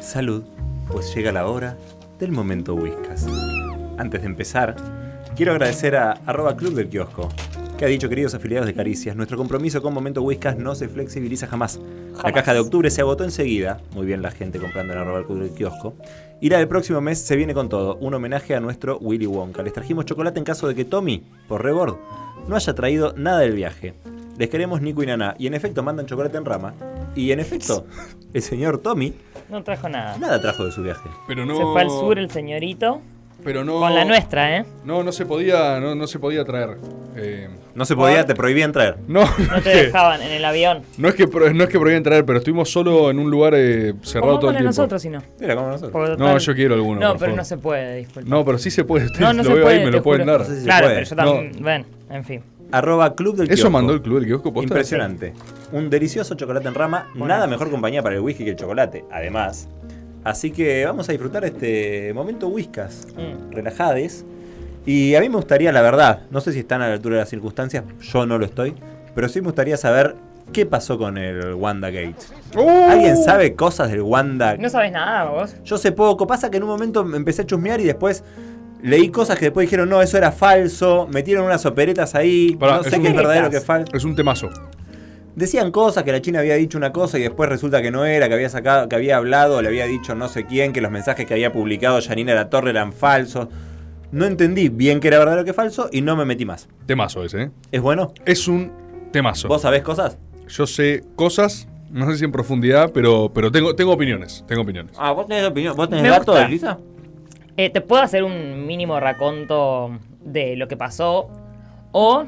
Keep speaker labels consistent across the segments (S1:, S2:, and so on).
S1: salud, pues llega la hora del momento Whiskas. Antes de empezar, quiero agradecer a arroba Club del Kiosco, que ha dicho, queridos afiliados de Caricias, nuestro compromiso con Momento Whiskas no se flexibiliza jamás. La caja de octubre se agotó enseguida, muy bien la gente comprando en arroba Club del Kiosco, y la del próximo mes se viene con todo, un homenaje a nuestro Willy Wonka. Les trajimos chocolate en caso de que Tommy, por rebord, no haya traído nada del viaje. Les queremos Nico y Nana, y en efecto mandan chocolate en rama, y en efecto, el señor Tommy
S2: No trajo nada.
S1: nada trajo de su viaje.
S3: Pero no.
S2: Se fue al sur el señorito.
S3: Pero no.
S2: Con la nuestra, ¿eh?
S3: No, no se podía, no, no se podía traer. Eh,
S1: No se podía, te prohibían traer.
S3: no, no,
S2: No
S3: es
S2: te
S3: que,
S2: dejaban en el avión.
S3: no es que pro- no es que prohibían traer, pero estuvimos solo en un lugar eh, cerrado todo el
S2: Pongámosle
S3: tiempo.
S2: nosotros, si no.
S1: Mira, como nosotros.
S2: Porque
S3: No,
S2: total-
S3: yo quiero alguno.
S2: No,
S3: por
S2: pero
S3: favor.
S2: no se puede, disculpa.
S3: No, pero sí se puede. Ustedes
S2: No, no
S3: lo
S2: se
S3: veo
S2: puede.
S3: ahí, me
S2: te
S3: lo pueden
S2: juro.
S3: dar.
S1: Sí, sí, se
S2: claro,
S1: puede.
S2: pero yo también. Ven, en fin.
S1: Arroba Club del
S3: Eso
S1: Kiosco.
S3: mandó el club del kiosco posta.
S1: Impresionante. Un delicioso chocolate en rama. Nada mejor compañía para el whisky que el chocolate, además. Así que vamos a disfrutar este momento whiskas.
S2: Mm.
S1: Relajades. Y a mí me gustaría, la verdad, no sé si están a la altura de las circunstancias, yo no lo estoy, pero sí me gustaría saber qué pasó con el Wanda Gate.
S3: ¡Uh!
S1: ¿Alguien sabe cosas del Wanda?
S2: No sabes nada, vos.
S1: Yo sé poco. Pasa que en un momento me empecé a chusmear y después leí cosas que después dijeron, no, eso era falso. Metieron unas operetas ahí.
S3: Pará,
S1: no
S3: es
S1: sé
S3: un-
S1: qué es verdadero que es falso.
S3: Es un temazo.
S1: Decían cosas que la China había dicho una cosa y después resulta que no era, que había sacado, que había hablado, le había dicho no sé quién, que los mensajes que había publicado Yanina La Torre eran falsos. No entendí bien que era verdadero que falso y no me metí más.
S3: Temazo ese, ¿eh?
S1: ¿Es bueno?
S3: Es un temazo.
S1: ¿Vos sabés cosas?
S3: Yo sé cosas, no sé si en profundidad, pero, pero tengo, tengo opiniones. Tengo opiniones.
S1: Ah, vos tenés opinión, vos
S2: tenés Me datos, gusta.
S1: Elisa.
S2: Eh, ¿Te puedo hacer un mínimo raconto de lo que pasó? O,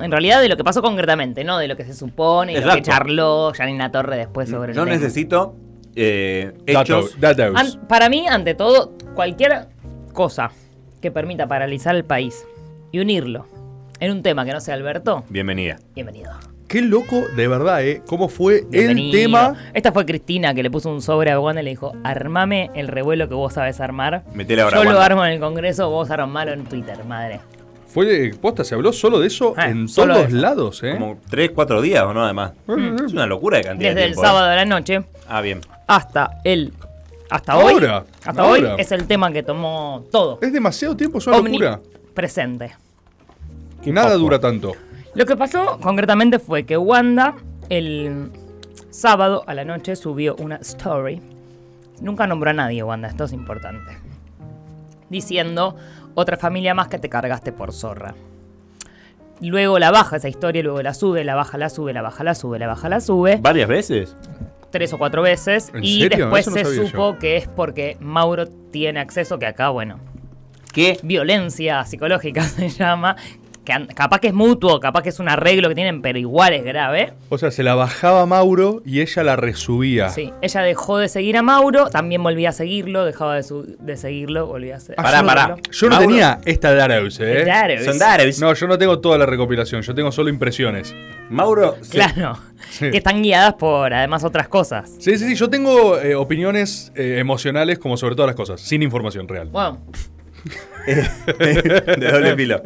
S2: en realidad, de lo que pasó concretamente, ¿no? De lo que se supone, y lo que
S1: Exacto.
S2: charló Janina Torre después sobre
S1: Yo
S2: el tema.
S1: necesito eh, hechos.
S3: Datos. Datos.
S2: An- para mí, ante todo, cualquier cosa que permita paralizar el país y unirlo en un tema que no sea Alberto,
S1: Bienvenida.
S2: bienvenido.
S3: Qué loco, de verdad, ¿eh? ¿Cómo fue el
S2: Bienvenido.
S3: tema?
S2: Esta fue Cristina que le puso un sobre a Wanda y le dijo: Armame el revuelo que vos sabes armar.
S1: Metele ahora,
S2: Yo lo
S1: Wanda".
S2: armo en el Congreso, vos armalo en Twitter, madre.
S3: Fue eh, posta, se habló solo de eso
S2: Ah,
S3: en
S2: solo de
S3: todos
S2: eso.
S3: lados, ¿eh?
S1: Como 3, 4 días o no, además. Es una locura de cantidad
S2: Desde
S1: de
S2: el
S1: tiempo, ¿eh?
S2: sábado de la noche
S1: Ah, bien.
S2: hasta el. Hasta
S3: Ahora,
S2: hoy. Hasta
S3: ahora.
S2: hoy es el tema que tomó todo.
S3: Es demasiado tiempo, es una locura.
S2: Presente.
S3: Nada
S1: poco.
S3: dura tanto.
S2: Lo que pasó concretamente fue que Wanda el sábado a la noche subió una story. Nunca nombró a nadie, Wanda, esto es importante. Diciendo, otra familia más que te cargaste por zorra. Luego la baja esa historia, luego la sube, la baja, la sube, la baja, la sube, la baja, la sube.
S1: ¿Varias veces?
S2: Tres o cuatro veces.
S3: ¿En
S2: Y
S3: serio?
S2: después
S3: Eso no
S2: se
S3: sabía
S2: supo
S3: yo.
S2: que es porque Mauro tiene acceso, que acá, bueno,
S1: ¿Qué?
S2: violencia psicológica se llama, que an- capaz que es mutuo, capaz que es un arreglo que tienen, pero igual es grave.
S3: O sea, se la bajaba Mauro y ella la resubía.
S2: Sí, ella dejó de seguir a Mauro, también volvía a seguirlo, dejaba de, su- de seguirlo, volvía a se-
S3: Ah,
S1: Pará,
S2: seguirlo.
S1: pará.
S3: Yo no
S1: Mauro-
S3: tenía esta Daraus, ¿eh?
S2: Claro, es-
S1: Son árabes.
S3: No, yo no tengo toda la recopilación, yo tengo solo impresiones.
S1: Mauro. se-
S2: Claro,
S3: Sí.
S2: que están guiadas por además otras cosas.
S3: Sí, sí, sí, yo tengo eh, opiniones eh, emocionales como sobre todas las cosas, sin información real.
S2: Bueno,
S1: de doble filo.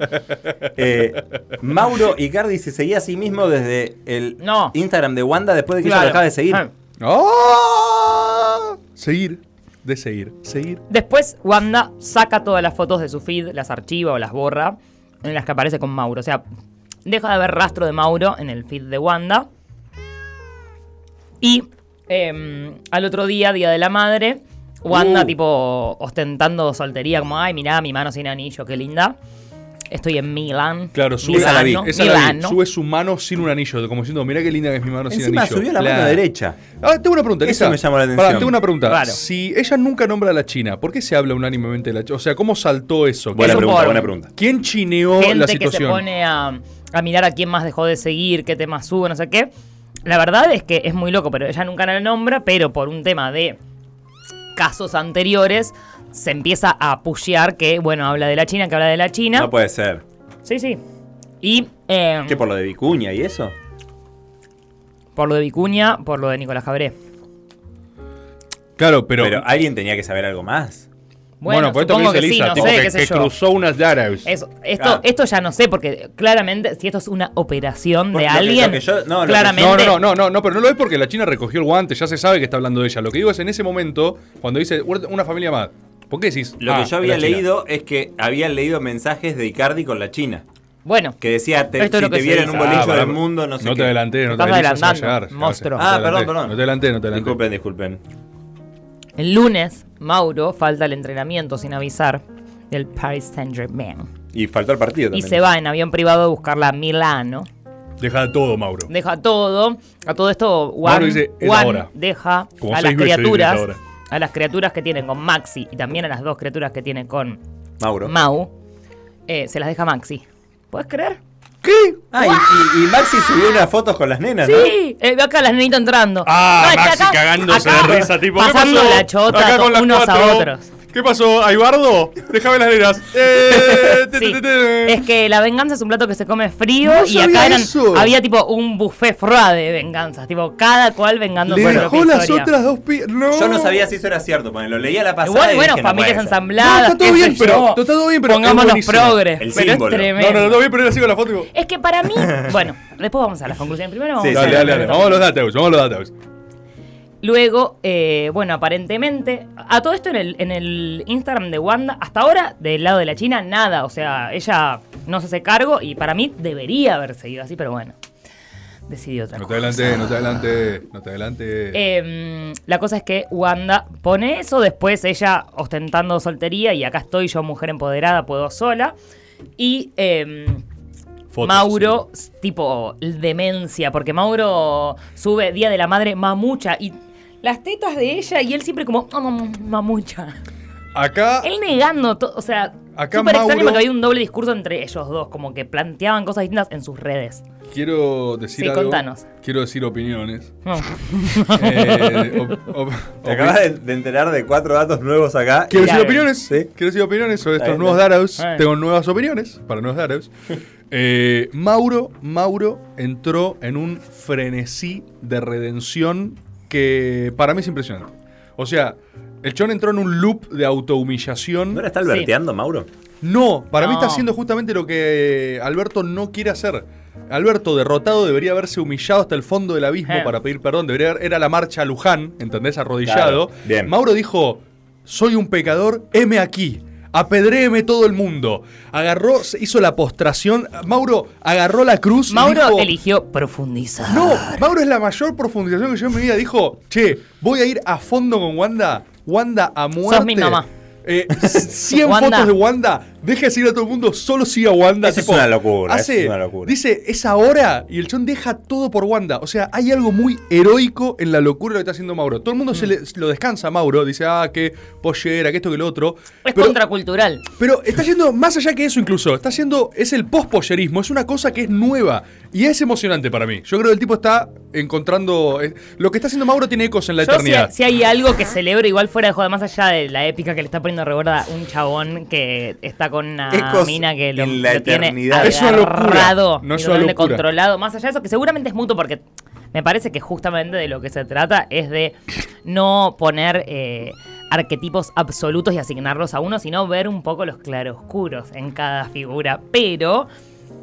S1: Eh, Mauro Icardi se seguía a sí mismo desde el
S2: No.
S1: Instagram de Wanda después de que ella
S2: claro.
S1: lo dejaba de seguir.
S2: Ah.
S3: ¡Ah! Seguir, de seguir, seguir.
S2: Después Wanda saca todas las fotos de su feed, las archiva o las borra, en las que aparece con Mauro. O sea, deja de haber rastro de Mauro en el feed de Wanda. Y em, al otro día, Día de la Madre, Wanda
S3: Uh.
S2: tipo ostentando soltería, como, ay, mirá, mi mano sin anillo, qué linda. Estoy en Milán.
S3: Claro, sube
S1: Esa la vi,
S2: Milano,
S3: Esa la vi,
S2: Milano.
S3: Sube su mano sin un anillo, como diciendo, mira qué linda que es mi mano sin
S1: Encima
S3: anillo.
S1: subió la mano
S3: Claro.
S1: derecha.
S3: Ah, tengo una pregunta,
S1: Eso
S3: Elisa.
S1: me llamó la
S3: Pará,
S1: atención.
S3: tengo una pregunta.
S2: Claro.
S3: Si ella nunca nombra a la China, ¿por qué se habla unánimemente de la China? O sea, ¿cómo saltó eso?
S1: Buena
S2: Eso
S1: pregunta,
S2: por-
S1: buena pregunta.
S3: ¿Quién chineó la
S2: gente que se
S3: situación?
S2: pone a, a mirar a quién más dejó de seguir, qué temas sube, no sé qué. La verdad es que es muy loco, pero ella nunca la nombra, pero por un tema de casos anteriores se empieza a pushear que, bueno, habla de la China, que habla de la China.
S1: No puede ser.
S2: Sí, sí. Y eh,
S1: ¿Qué por lo de Vicuña y eso?
S2: por lo de Vicuña, por lo de Nicolás Cabré.
S3: Claro, pero,
S1: Pero alguien tenía que saber algo más.
S3: Bueno, por esto que
S2: supongo
S3: dice
S2: sí,
S3: Lisa,
S2: no
S3: tipo
S2: sé,
S3: que,
S2: qué sé
S3: que
S2: yo.
S3: cruzó unas árabes.
S2: Eso- esto,
S1: Ah.
S2: esto ya no sé, porque claramente, si esto es una operación
S1: Porque
S2: de
S1: lo que-
S2: alguien,
S1: lo que yo- no, lo que-
S2: claramente.
S3: No, no, no, no, no, no, pero no lo es porque la China recogió el guante, ya se sabe que está hablando de ella. Lo que digo es en ese momento, cuando dice una familia más, ¿por qué decís?
S1: Lo
S3: ah,
S1: que yo había
S3: la China?
S1: leído es que habían leído mensajes de Icardi con la China.
S2: Bueno,
S1: Que decía, te-
S2: Esto es
S1: si
S2: lo que
S1: te
S2: se
S1: viera en
S2: dice.
S1: un
S3: Ah,
S1: bolillo
S3: pará,
S1: del mundo, no sé
S3: No
S1: qué.
S3: te adelanté, no te
S2: Estás
S3: adelanté. ya se va a
S2: adelantando,
S3: llegar,
S2: monstruo.
S3: ya se va a
S1: Ah,
S3: llegar.
S1: perdón, perdón.
S3: No te adelanté, no te adelanté.
S1: Disculpen, disculpen.
S2: el lunes, Mauro falta al entrenamiento sin avisar del Paris Saint-Germain.
S1: Y faltó el partido
S2: Y
S1: también.
S2: se va en avión privado a buscarla a Milano.
S3: Deja todo, Mauro.
S2: Deja todo. A todo esto,
S3: Mauro
S2: Juan,
S3: dice, "Es
S2: Juan
S3: ahora".
S2: deja
S3: Como
S2: a las
S3: seis veces dice, "Es
S2: criaturas.
S3: ahora".
S2: A las criaturas que tiene con Maxi y también a las dos criaturas que tiene con
S1: Mauro.
S2: Mau. eh, se las deja Maxi. ¿Puedes creer?
S1: ¿Qué? Ah, y, y- y Maxi subió unas fotos con las nenas, ¿no?
S2: Sí, eh, acá las nenitas entrando.
S3: Ah,
S2: está
S3: Maxi cagándose de risa, tipo. ¿Qué
S2: Pasando
S3: pasó?
S2: la chota
S3: Acá
S2: con
S3: con las
S2: unos
S3: cuatro.
S2: a otros.
S3: ¿Qué pasó? ¿Aibardo? Déjame las negras. Eh, te,
S2: Sí.
S3: te, te, te.
S2: Es que la venganza es un plato que se come frío
S3: No
S2: y acá
S3: sabía
S2: eran-
S3: eso.
S2: había tipo un buffet froa de venganzas, tipo cada cual vengando
S3: Le
S2: su
S3: dejó
S2: propia
S3: las
S2: historia.
S3: otras dos pi- No.
S1: Yo no sabía si eso era cierto, ponele, lo leía a la pasada.
S2: Igual,
S1: y
S2: bueno,
S1: dije, no
S2: familias
S1: puede ser.
S2: ensambladas.
S3: No, está todo
S2: qué sé
S3: bien, pero-
S2: yo.
S3: está todo bien, pero es
S2: Pongamos los
S3: buenísimo.
S2: progres.
S1: El
S2: pero
S1: símbolo.
S2: es tremendo.
S3: No, no, no, no, bien, pero era así con la foto. y digo,
S2: Es que para mí. bueno, después vamos a las conclusiones. Primero vamos
S1: Sí,
S2: a
S3: Dale,
S1: sí,
S3: dale, dale.
S1: pero-
S3: Vamos a los dateus, vamos a los dateus.
S2: Luego, eh, bueno, aparentemente, a todo esto en el, en el Instagram de Wanda, hasta ahora, del lado de la China, nada. O sea, ella no se hace cargo y para mí debería haber seguido así, pero bueno, decidió otra
S3: No te
S2: cosa.
S3: adelante, no te adelante, no te adelante.
S2: Eh, la cosa es que Wanda pone eso, después ella ostentando soltería y acá estoy yo, mujer empoderada, puedo sola. Y eh,
S3: Fotos.
S2: Mauro, tipo demencia, porque Mauro sube Día de la Madre mamucha y las tetas de ella y él siempre como "Ah, mam- mamucha.
S3: Acá.
S2: Él negando todo, o sea,
S3: Ah. Acá
S2: súper extraño
S3: Mauro-
S2: porque había un doble discurso entre ellos dos, como que planteaban cosas distintas en sus redes.
S3: Quiero decir
S2: Sí,
S3: algo.
S2: contanos.
S3: Quiero decir opiniones.
S2: No.
S3: Eh, op- op-
S1: Te acabas de, de enterar de cuatro datos nuevos acá.
S3: Quiero
S2: Ya
S3: decir
S2: ves.
S3: opiniones.
S1: Sí.
S3: Quiero decir opiniones sobre
S1: Está
S3: estos
S1: bien,
S3: nuevos Darabs.
S2: Está bien.
S3: Tengo nuevas opiniones para nuevos Darabs. Eh, Mauro, Mauro entró en un frenesí de redención que para mí es impresionante. O sea, el chon entró en un loop de autohumillación.
S1: ¿No la está alberteando, Mauro?
S3: No, para mí
S2: No.
S3: está haciendo justamente lo que Alberto no quiere hacer. Alberto, derrotado, debería haberse humillado hasta el fondo del abismo
S2: Eh.
S3: para pedir perdón. Debería haber- era la marcha a Luján, ¿entendés? Arrodillado.
S1: Claro, bien.
S3: Mauro dijo: Soy un pecador, heme aquí. Apedréeme todo el mundo. Agarró, se hizo la postración. Mauro agarró la cruz. y
S2: Mauro
S3: dijo,
S2: eligió profundizar.
S3: no, Mauro es la mayor profundización que yo en mi vida. Dijo, che, voy a ir a fondo con Wanda. Wanda a muerte.
S2: mi mamá.
S3: Eh, 100
S2: Wanda.
S3: fotos de Wanda. Deja de seguir a todo el mundo, solo sigue a Wanda.
S1: Eso es una locura, eso es una locura.
S3: Dice, es ahora. Y el chon deja todo por Wanda. O sea, hay algo muy heroico en la locura que está haciendo Mauro. Todo el mundo se le- lo descansa a Mauro. Dice, ah, qué pollera, que esto, que lo otro.
S2: Es
S3: Pero-
S2: contracultural.
S3: pero está yendo más allá que eso incluso. Está yendo. Es el post-pollerismo. Es una cosa que es nueva. Y es emocionante para mí. Yo creo que el tipo está encontrando. eh, Lo que está haciendo Mauro tiene ecos en la
S2: Yo si,
S3: eternidad.
S2: si hay algo que celebro igual fuera de joda, más allá de la épica que le está poniendo reborda un chabón que está con una
S1: Ecos
S2: mina que lo,
S1: en la
S2: lo tiene
S1: eternidad.
S3: Es una locura.
S2: agarrado
S3: No
S2: y
S3: es una
S2: totalmente
S3: locura.
S2: controlado, más allá de eso, que seguramente es mutuo porque me parece que justamente de lo que se trata es de no poner eh, arquetipos absolutos y asignarlos a uno, sino ver un poco los claroscuros en cada figura. Pero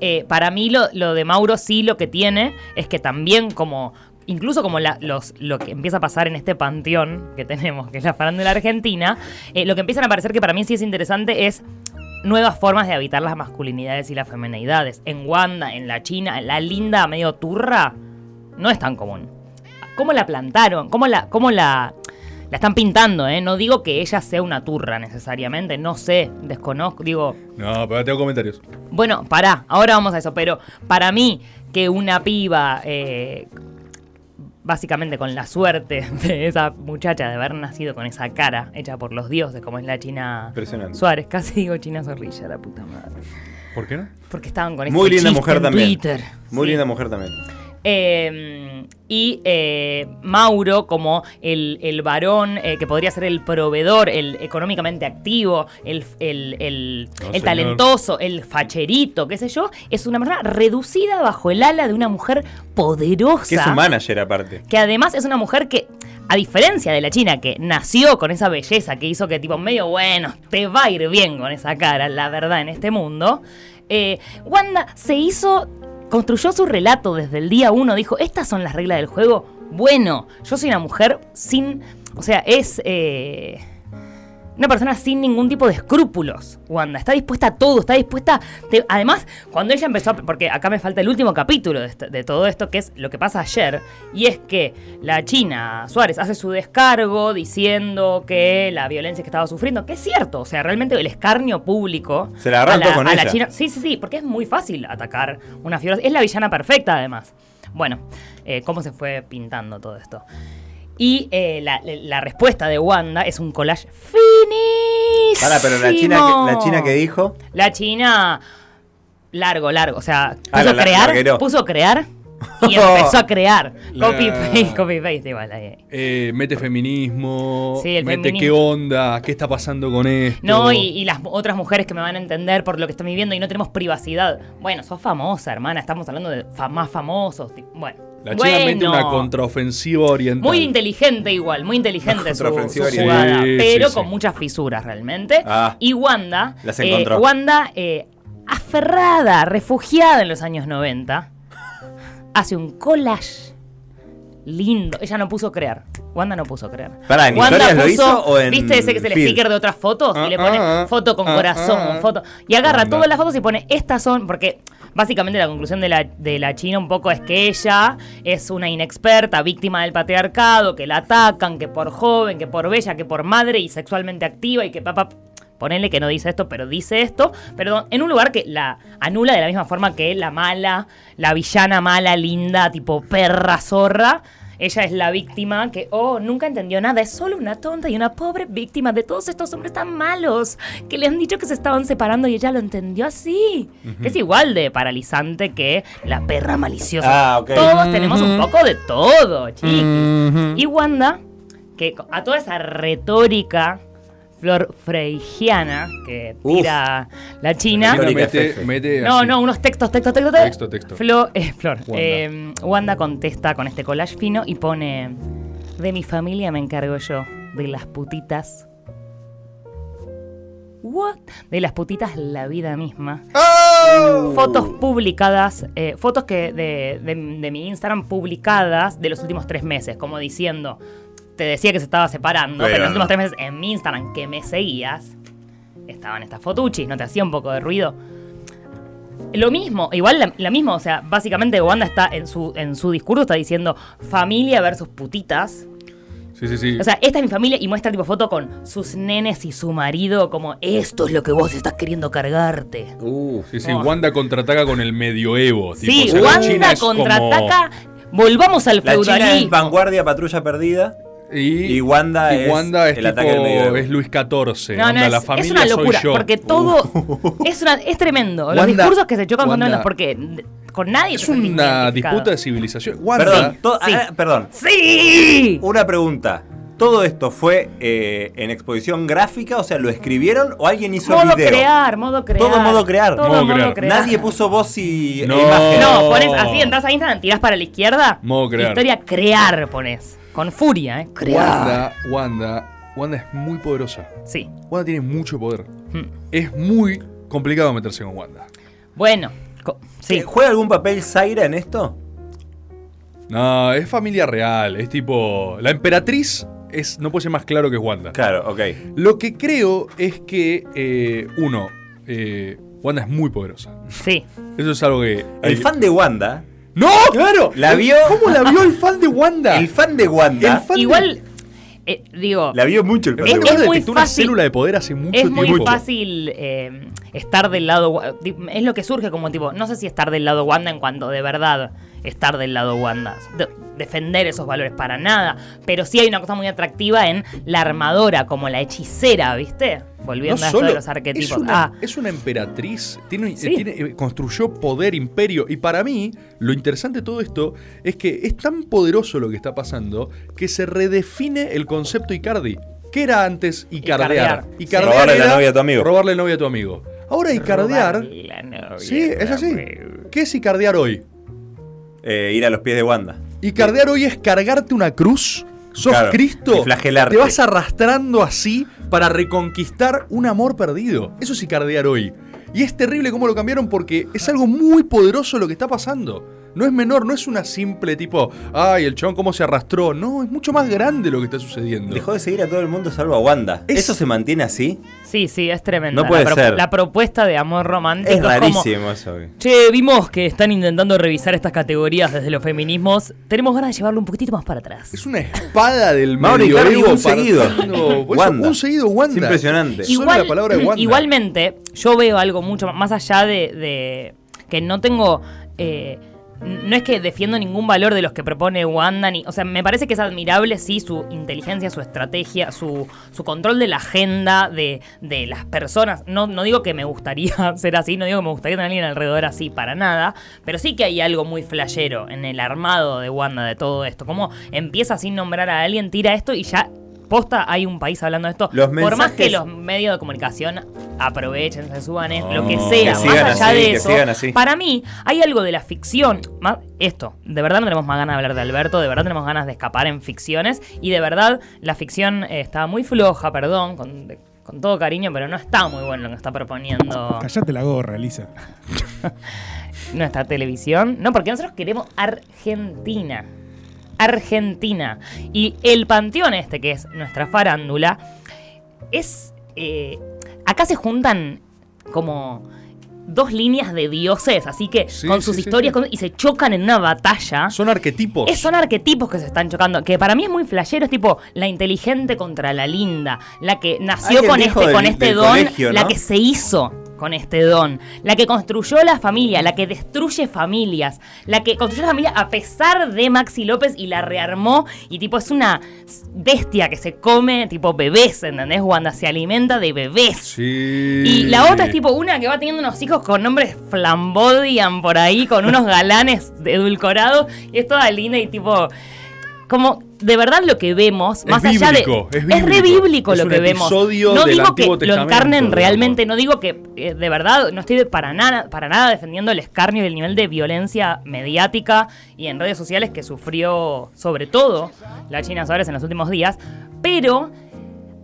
S2: eh, para mí lo, lo de Mauro sí lo que tiene es que también como... Incluso como la- los, lo que empieza a pasar en este panteón que tenemos, que es la farándula argentina, eh, lo que empiezan a aparecer que para mí sí es interesante es nuevas formas de habitar las masculinidades y las femenidades. En Wanda, en la China, la linda medio turra, no es tan común. ¿Cómo la plantaron? ¿Cómo la, cómo la, la están pintando? Eh? No digo que ella sea una turra necesariamente, no sé, desconozco, digo...
S3: No, pero tengo comentarios.
S2: Bueno, pará, ahora vamos a eso, pero para mí que una piba, eh, básicamente con la suerte de esa muchacha de haber nacido con esa cara hecha por los dioses, como es la China
S1: Impresionante.
S2: Suárez, casi digo China Zorrilla, la puta madre.
S3: ¿Por qué no?
S2: Porque estaban con ese
S1: Muy linda
S2: chiste
S1: mujer
S2: en
S1: también.
S2: Twitter.
S1: Muy
S2: Sí.
S1: linda mujer también.
S2: Eh, y eh, Mauro como el, el varón eh, que podría ser el proveedor, el económicamente activo, el, el- el-
S3: No,
S2: el
S3: señor.
S2: talentoso, el facherito, qué sé yo, es una persona reducida bajo el ala de una mujer poderosa.
S1: Que es su manager aparte.
S2: Que además es una mujer que A diferencia de la China que nació con esa belleza que hizo que tipo medio bueno, te va a ir bien con esa cara, la verdad, en este mundo, eh, Wanda se hizo, construyó su relato desde el día uno, dijo, estas son las reglas del juego, bueno, yo soy una mujer sin, o sea, es... eh, una persona sin ningún tipo de escrúpulos, Wanda. Está dispuesta a todo, está dispuesta. te- Además, cuando ella empezó. a- Porque acá me falta el último capítulo de, esta- de todo esto, que es lo que pasa ayer. Y es que la China Suárez hace su descargo diciendo que la violencia que estaba sufriendo, que es cierto, o sea, realmente el escarnio público.
S1: Se la agarró
S2: a
S1: todo con
S2: a
S1: ella.
S2: China- Sí, sí, sí, porque es muy fácil atacar una figura. Es la villana perfecta, además. Bueno, eh, ¿cómo se fue pintando todo esto? Y eh, la, la respuesta de Wanda es un collage finísimo.
S1: Pará, pero la china, que- la china que dijo.
S2: La China. Largo, largo. O sea, puso
S1: Ah, la- la-
S2: crear.
S1: larguero.
S2: puso crear. Y empezó a crear.
S3: La-
S2: Copy paste, copy paste, igual. ahí.
S3: Eh, mete feminismo,
S2: Sí, el
S3: mete
S2: feminismo.
S3: qué onda, qué está pasando con esto.
S2: No, y, y las otras mujeres que me van a entender por lo que están viviendo y no tenemos privacidad. Bueno, sos famosa, hermana. Estamos hablando de fa- más famosos. tipo, Bueno.
S3: La China mete
S2: Bueno.
S3: una contraofensiva oriental.
S2: Muy inteligente igual, muy inteligente su,
S1: contraofensiva
S2: su
S1: oriental.
S2: jugada,
S3: Sí,
S2: pero
S3: sí, sí.
S2: con muchas fisuras realmente.
S1: Ah.
S2: y Wanda,
S1: Las
S2: eh,
S1: encontró.
S2: Wanda eh, aferrada, refugiada en los años 90, hace un collage lindo. Ella no puso crear. Wanda no puso crear.
S1: Pará, ¿en
S2: Wanda
S1: historias lo hizo o en
S2: ¿Viste ese que es el
S1: feed?
S2: sticker de otras fotos?
S3: Ah,
S2: y le pone
S3: ah, ah.
S2: foto con
S3: Ah,
S2: corazón,
S3: ah, ah.
S2: foto. Y agarra
S3: Wanda.
S2: todas las fotos y pone estas son, porque básicamente la conclusión de la, de la China un poco es que ella es una inexperta, víctima del patriarcado, que la atacan, que por joven, que por bella, que por madre y sexualmente activa y que papá... Ponele que no dice esto, pero dice esto, pero en un lugar que la anula de la misma forma que la mala, la villana mala, linda, tipo perra, zorra. Ella es la víctima que, oh, nunca entendió nada, es solo una tonta y una pobre víctima de todos estos hombres tan malos que le han dicho que se estaban separando y ella lo entendió así. Que es igual de paralizante que la perra maliciosa.
S1: Ah, ok. Mm.
S2: Todos tenemos un poco de todo, chiquis. Y Wanda, que co- a toda esa retórica flor freigiana que
S1: Uf.
S2: tira la China.
S3: La China
S1: Retórica
S3: mete,
S1: FF.
S3: mete
S2: No,
S3: así.
S2: no, unos textos, textos, textos, textos.
S3: Texto, texto.
S2: Flo- eh, Flor. eh, Wanda.
S3: Wanda.
S2: contesta con este collage fino y pone: De mi familia me encargo yo, de las putitas. ¿What? De las putitas la vida misma.
S3: ¡Oh!
S2: Fotos publicadas, eh, fotos que de, de- de mi Instagram publicadas de los últimos tres meses, como diciendo, te decía que se estaba separando, pero,
S1: Pero
S2: los últimos
S1: no.
S2: tres meses en mi Instagram que me seguías, estaban estas fotuchis, ¿no te hacía un poco de ruido? Lo mismo, igual la, la misma, o sea, básicamente Wanda está en su, en su discurso, está diciendo familia versus putitas.
S3: Sí, sí, sí.
S2: O sea, esta es mi familia y muestra tipo foto con sus nenes y su marido como esto es lo que vos estás queriendo cargarte.
S1: Uh,
S3: Sí, sí,
S2: Oh.
S3: Wanda contraataca con el medioevo. tipo,
S2: Sí,
S3: o sea, la China
S2: Wanda
S3: es como-
S2: contraataca. Volvamos al
S1: la China es
S2: feudalismo.
S1: vanguardia, patrulla perdida.
S3: Y,
S1: y Wanda
S3: y
S1: es
S3: Wanda es
S1: el ataque del
S3: tipo-
S1: medioevo.
S3: es Luis XIV.
S2: No, no,
S3: onda,
S2: es,
S3: la
S2: es
S3: familia
S2: una locura.
S3: soy yo. Uh.
S2: Porque todo es, una, es tremendo. Los
S3: Wanda-
S2: discursos que se chocan
S3: Wanda-
S2: con uno porque n- con nadie
S3: Es
S2: te sentís
S3: una
S2: identificado.
S3: disputa de civilización. Wanda.
S1: Perdón, to-
S2: sí.
S1: ah, perdón.
S2: ¡Sí!
S1: Una pregunta. ¿Todo esto fue eh, en exposición gráfica? O sea, ¿lo escribieron o alguien hizo
S2: Modo
S1: video?
S2: crear, modo crear.
S1: Todo modo crear.
S2: Todo
S3: Modo
S2: modo crear.
S3: crear.
S1: Nadie puso voz y e
S3: No.
S1: imagen.
S2: No, pones así, entras a Instagram, tirás para la izquierda.
S3: Modo crear.
S2: Historia crear pones. Con furia, ¿eh? Crear.
S3: Wanda, Wanda, Wanda es muy poderosa.
S2: Sí.
S3: Wanda tiene mucho poder.
S2: Mm.
S3: Es muy complicado meterse con Wanda.
S2: Bueno. co- Sí.
S1: Eh, ¿Juega algún papel Zaira en esto?
S3: No, es familia real. Es tipo. La emperatriz es, no puede ser más claro que es Wanda.
S1: Claro, ok.
S3: Lo que creo es que, eh, uno, eh, Wanda es muy poderosa.
S2: Sí.
S3: Eso es algo que.
S1: El fan de Wanda.
S3: ¡No! ¡Claro!
S1: La
S3: El-
S1: vio-
S3: ¿Cómo la vio el fan de Wanda?
S1: El fan de Wanda.
S3: El fan- Fanny.
S2: Igual, eh, digo,
S1: La vio mucho el fan
S2: Es-
S1: de
S2: es
S1: Wanda.
S3: Wanda
S2: muy
S3: detectó una
S2: fácil-
S3: célula de poder hace mucho
S2: es
S3: tiempo.
S2: muy fácil eh, estar del lado. Wa- di- Es lo que surge como tipo, no sé si estar del lado Wanda en cuanto de verdad estar del lado Wanda. de- defender esos valores para nada. Pero sí hay una cosa muy atractiva en la armadora, como la hechicera, ¿viste?
S3: No
S2: Volviendo a esto
S3: solo,
S2: de los arquetipos.
S3: Es una,
S2: Ah,
S3: es una emperatriz, tiene,
S2: Sí.
S3: tiene- eh, construyó poder, imperio. Y para mí, lo interesante de todo esto es que es tan poderoso lo que está pasando que se redefine el concepto Icardi. ¿Qué era antes Icardear?
S2: Icardear.
S3: Icardear
S1: Robarle la
S3: era
S1: novia a tu amigo.
S3: Robarle la novia a tu amigo. Ahora Icardear.
S2: robarle la novia,
S3: Sí, es así.
S2: güey.
S3: ¿Qué es Icardear hoy?
S1: Eh, ir a los pies de Wanda.
S3: Icardear hoy es cargarte una cruz sos
S1: Claro,
S3: Cristo,
S1: y flagelarte.
S3: te vas arrastrando así para reconquistar un amor perdido. Eso es icardear hoy. Y es terrible cómo lo cambiaron porque es algo muy poderoso lo que está pasando. No es menor, no es una simple tipo, ay, el chabón cómo se arrastró. No, es mucho más grande lo que está sucediendo.
S1: Dejó de seguir a todo el mundo salvo a Wanda.
S3: Es-
S1: ¿Eso se mantiene así?
S2: Sí, sí, es tremendo.
S1: No puede
S2: la,
S1: ser.
S2: la propuesta de amor romántico
S1: Es
S2: como,
S1: rarísimo eso. güey.
S2: che, vimos que están intentando revisar estas categorías desde los feminismos. Tenemos ganas de llevarlo un poquitito más para atrás.
S3: Es una espada del
S1: Mauro
S3: medio
S1: Icardi, un seguido. Wanda.
S3: Un seguido Wanda.
S1: Es impresionante.
S3: Solo la palabra de Wanda.
S2: Igualmente, yo veo algo mucho más- más allá de, de que no tengo... eh, no es que defiendo ningún valor de los que propone Wanda, ni, o sea, me parece que es admirable, sí, su inteligencia, su estrategia, su, su control de la agenda, de, de las personas. No, no digo que me gustaría ser así, no digo que me gustaría tener a alguien alrededor así, para nada, pero sí que hay algo muy flashero en el armado de Wanda de todo esto. Como empieza sin nombrar a alguien, tira esto y ya posta hay un país hablando de esto.
S1: Los
S2: Por más que
S1: mensajes-
S2: los medios de comunicación aprovechen, se suban, eh,
S1: No,
S2: lo que sea,
S1: Oh. que
S2: más
S1: sigan
S2: allá
S1: así,
S2: de
S1: que
S2: eso.
S1: sigan así.
S2: Para mí, hay algo de la ficción. ma- Esto, de verdad no tenemos más ganas de hablar de Alberto, de verdad tenemos ganas de escapar en ficciones. Y de verdad, la ficción eh, está muy floja, perdón, con, de- con todo cariño, pero no está muy bueno lo que está proponiendo
S4: Callate la gorra, Elisa.
S2: nuestra televisión. No, porque nosotros queremos Argentina. Argentina. Y el panteón este, que es nuestra farándula, es... eh, acá se juntan como dos líneas de dioses, así que
S3: Sí,
S2: con
S3: sí,
S2: sus
S3: sí,
S2: historias
S3: sí.
S2: con- y se chocan en una batalla.
S3: Son arquetipos.
S2: Es- son arquetipos que se están chocando, que para mí es muy flashero, es tipo la inteligente contra la linda, la que nació
S1: Alguien
S2: con
S1: dijo
S2: este,
S1: del-
S2: con este
S1: del
S2: don,
S1: colegio,
S2: la
S1: ¿no?
S2: que se hizo con este don, la que construyó la familia, la que destruye familias, la que construyó la familia a pesar de Maxi López y la rearmó y tipo es una bestia que se come tipo bebés, ¿entendés? Wanda se alimenta de bebés.
S3: Sí.
S2: Y la otra es tipo una que va teniendo unos hijos con nombres flambodian por ahí, con unos galanes de edulcorados, y es toda linda y tipo. Como de verdad lo que vemos, más allá de.
S3: bíblico, es
S2: re
S3: bíblico.
S2: bíblico
S3: Es
S2: lo
S3: un
S2: que vemos.
S3: episodio
S2: No
S3: del
S2: digo que
S3: Antiguo
S2: lo
S3: Testamento,
S2: encarnen
S3: digamos.
S2: realmente, no digo que eh, de verdad, no estoy para nada, para nada defendiendo el escarnio y el nivel de violencia mediática y en redes sociales que sufrió sobre todo la China Suárez en los últimos días, pero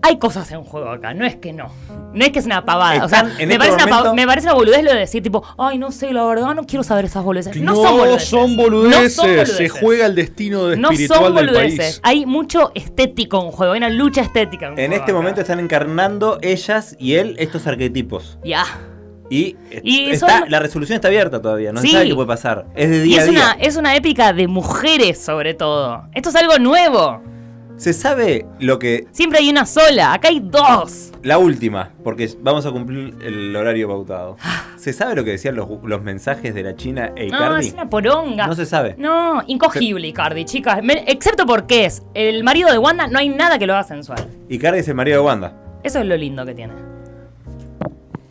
S2: hay cosas en juego acá, no es que no. No es que es una pavada. O sea,
S1: Están en
S2: me
S1: este
S2: parece, una,
S1: momento-
S2: pa- me parece una boludez lo de decir, tipo, ay, no sé, la verdad, no quiero saber esas boludeces.
S3: Que
S2: No, son boludeces.
S3: son
S2: No son
S3: boludeces. Se
S2: boludeces.
S3: juega el destino
S2: No
S3: espiritual
S2: son
S3: del
S2: boludeces.
S3: país.
S2: Hay mucho estético en juego, hay una lucha estética en,
S1: En
S2: juego
S1: este
S2: acá.
S1: momento están encarnando ellas y él estos arquetipos.
S2: Ya.
S1: Y,
S2: Y
S1: está-
S2: son-
S1: la resolución está abierta todavía, no se
S2: Sí.
S1: sabe qué puede pasar. Es de
S2: Y
S1: día
S2: es
S1: a día.
S2: una, es una épica de mujeres, sobre todo. Esto es algo nuevo.
S1: Se sabe lo que.
S2: Siempre hay una sola, acá hay dos.
S1: La última, porque vamos a cumplir el horario pautado. ¿Se sabe lo que decían los, los mensajes de la China e
S2: Ah. No,
S1: Icardi?
S2: es una poronga.
S1: No se sabe.
S2: No, incogible, Icardi, chicas. Me- Excepto porque es el marido de Wanda, no hay nada que lo haga sensual.
S1: Icardi es el marido de Wanda.
S2: Eso es lo lindo que tiene.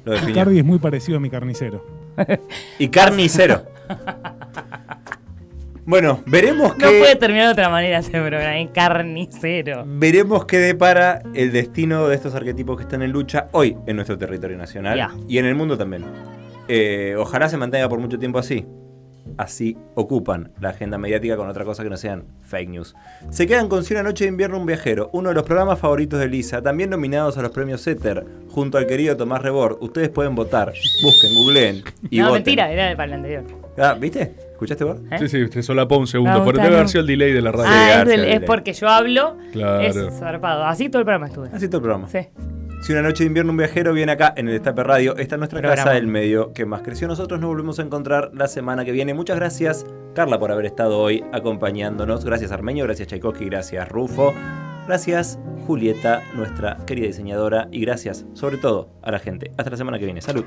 S1: Lo definió.
S4: Cardi es muy parecido a mi carnicero.
S1: Y carnicero. bueno, veremos
S2: No puede
S1: qué.
S2: terminar de otra manera este programa, ¿eh? carnicero.
S1: veremos qué depara el destino de estos arquetipos que están en lucha hoy en nuestro territorio nacional
S2: Ya.
S1: y en el mundo también. Eh, ojalá se mantenga por mucho tiempo así. Así ocupan la agenda mediática con otra cosa que no sean fake news. Se quedan con Si una noche de invierno un viajero, uno de los programas favoritos de Lisa, también nominados a los premios éter junto al querido Tomás Rebord. Ustedes pueden votar, busquen, googleen y
S2: no,
S1: voten.
S2: mentira, era para el anterior.
S1: Ah, ¿viste? ¿Escuchaste, Bord?
S2: ¿eh?
S3: Sí, sí, usted solapó un
S2: Ah,
S3: segundo. Por
S2: está
S3: debe haber
S2: bien.
S3: sido el delay de la radio.
S2: ah, es, del-
S1: García,
S2: es
S1: dile.
S2: porque yo hablo,
S3: Claro.
S2: es zarpado. Así todo el programa estuve.
S1: Así todo el programa.
S2: Sí.
S1: Si una noche de invierno un viajero viene acá en el Estape Radio, esta es nuestra
S2: Programa.
S1: casa del medio que más creció. Nosotros nos volvemos a encontrar la semana que viene. Muchas gracias, Carla, por haber estado hoy acompañándonos. Gracias, Armeño. Gracias, Tchaikovsky. Gracias, Rufo. Gracias, Julieta, nuestra querida diseñadora. Y gracias, sobre todo, a la gente. Hasta la semana que viene. Salud.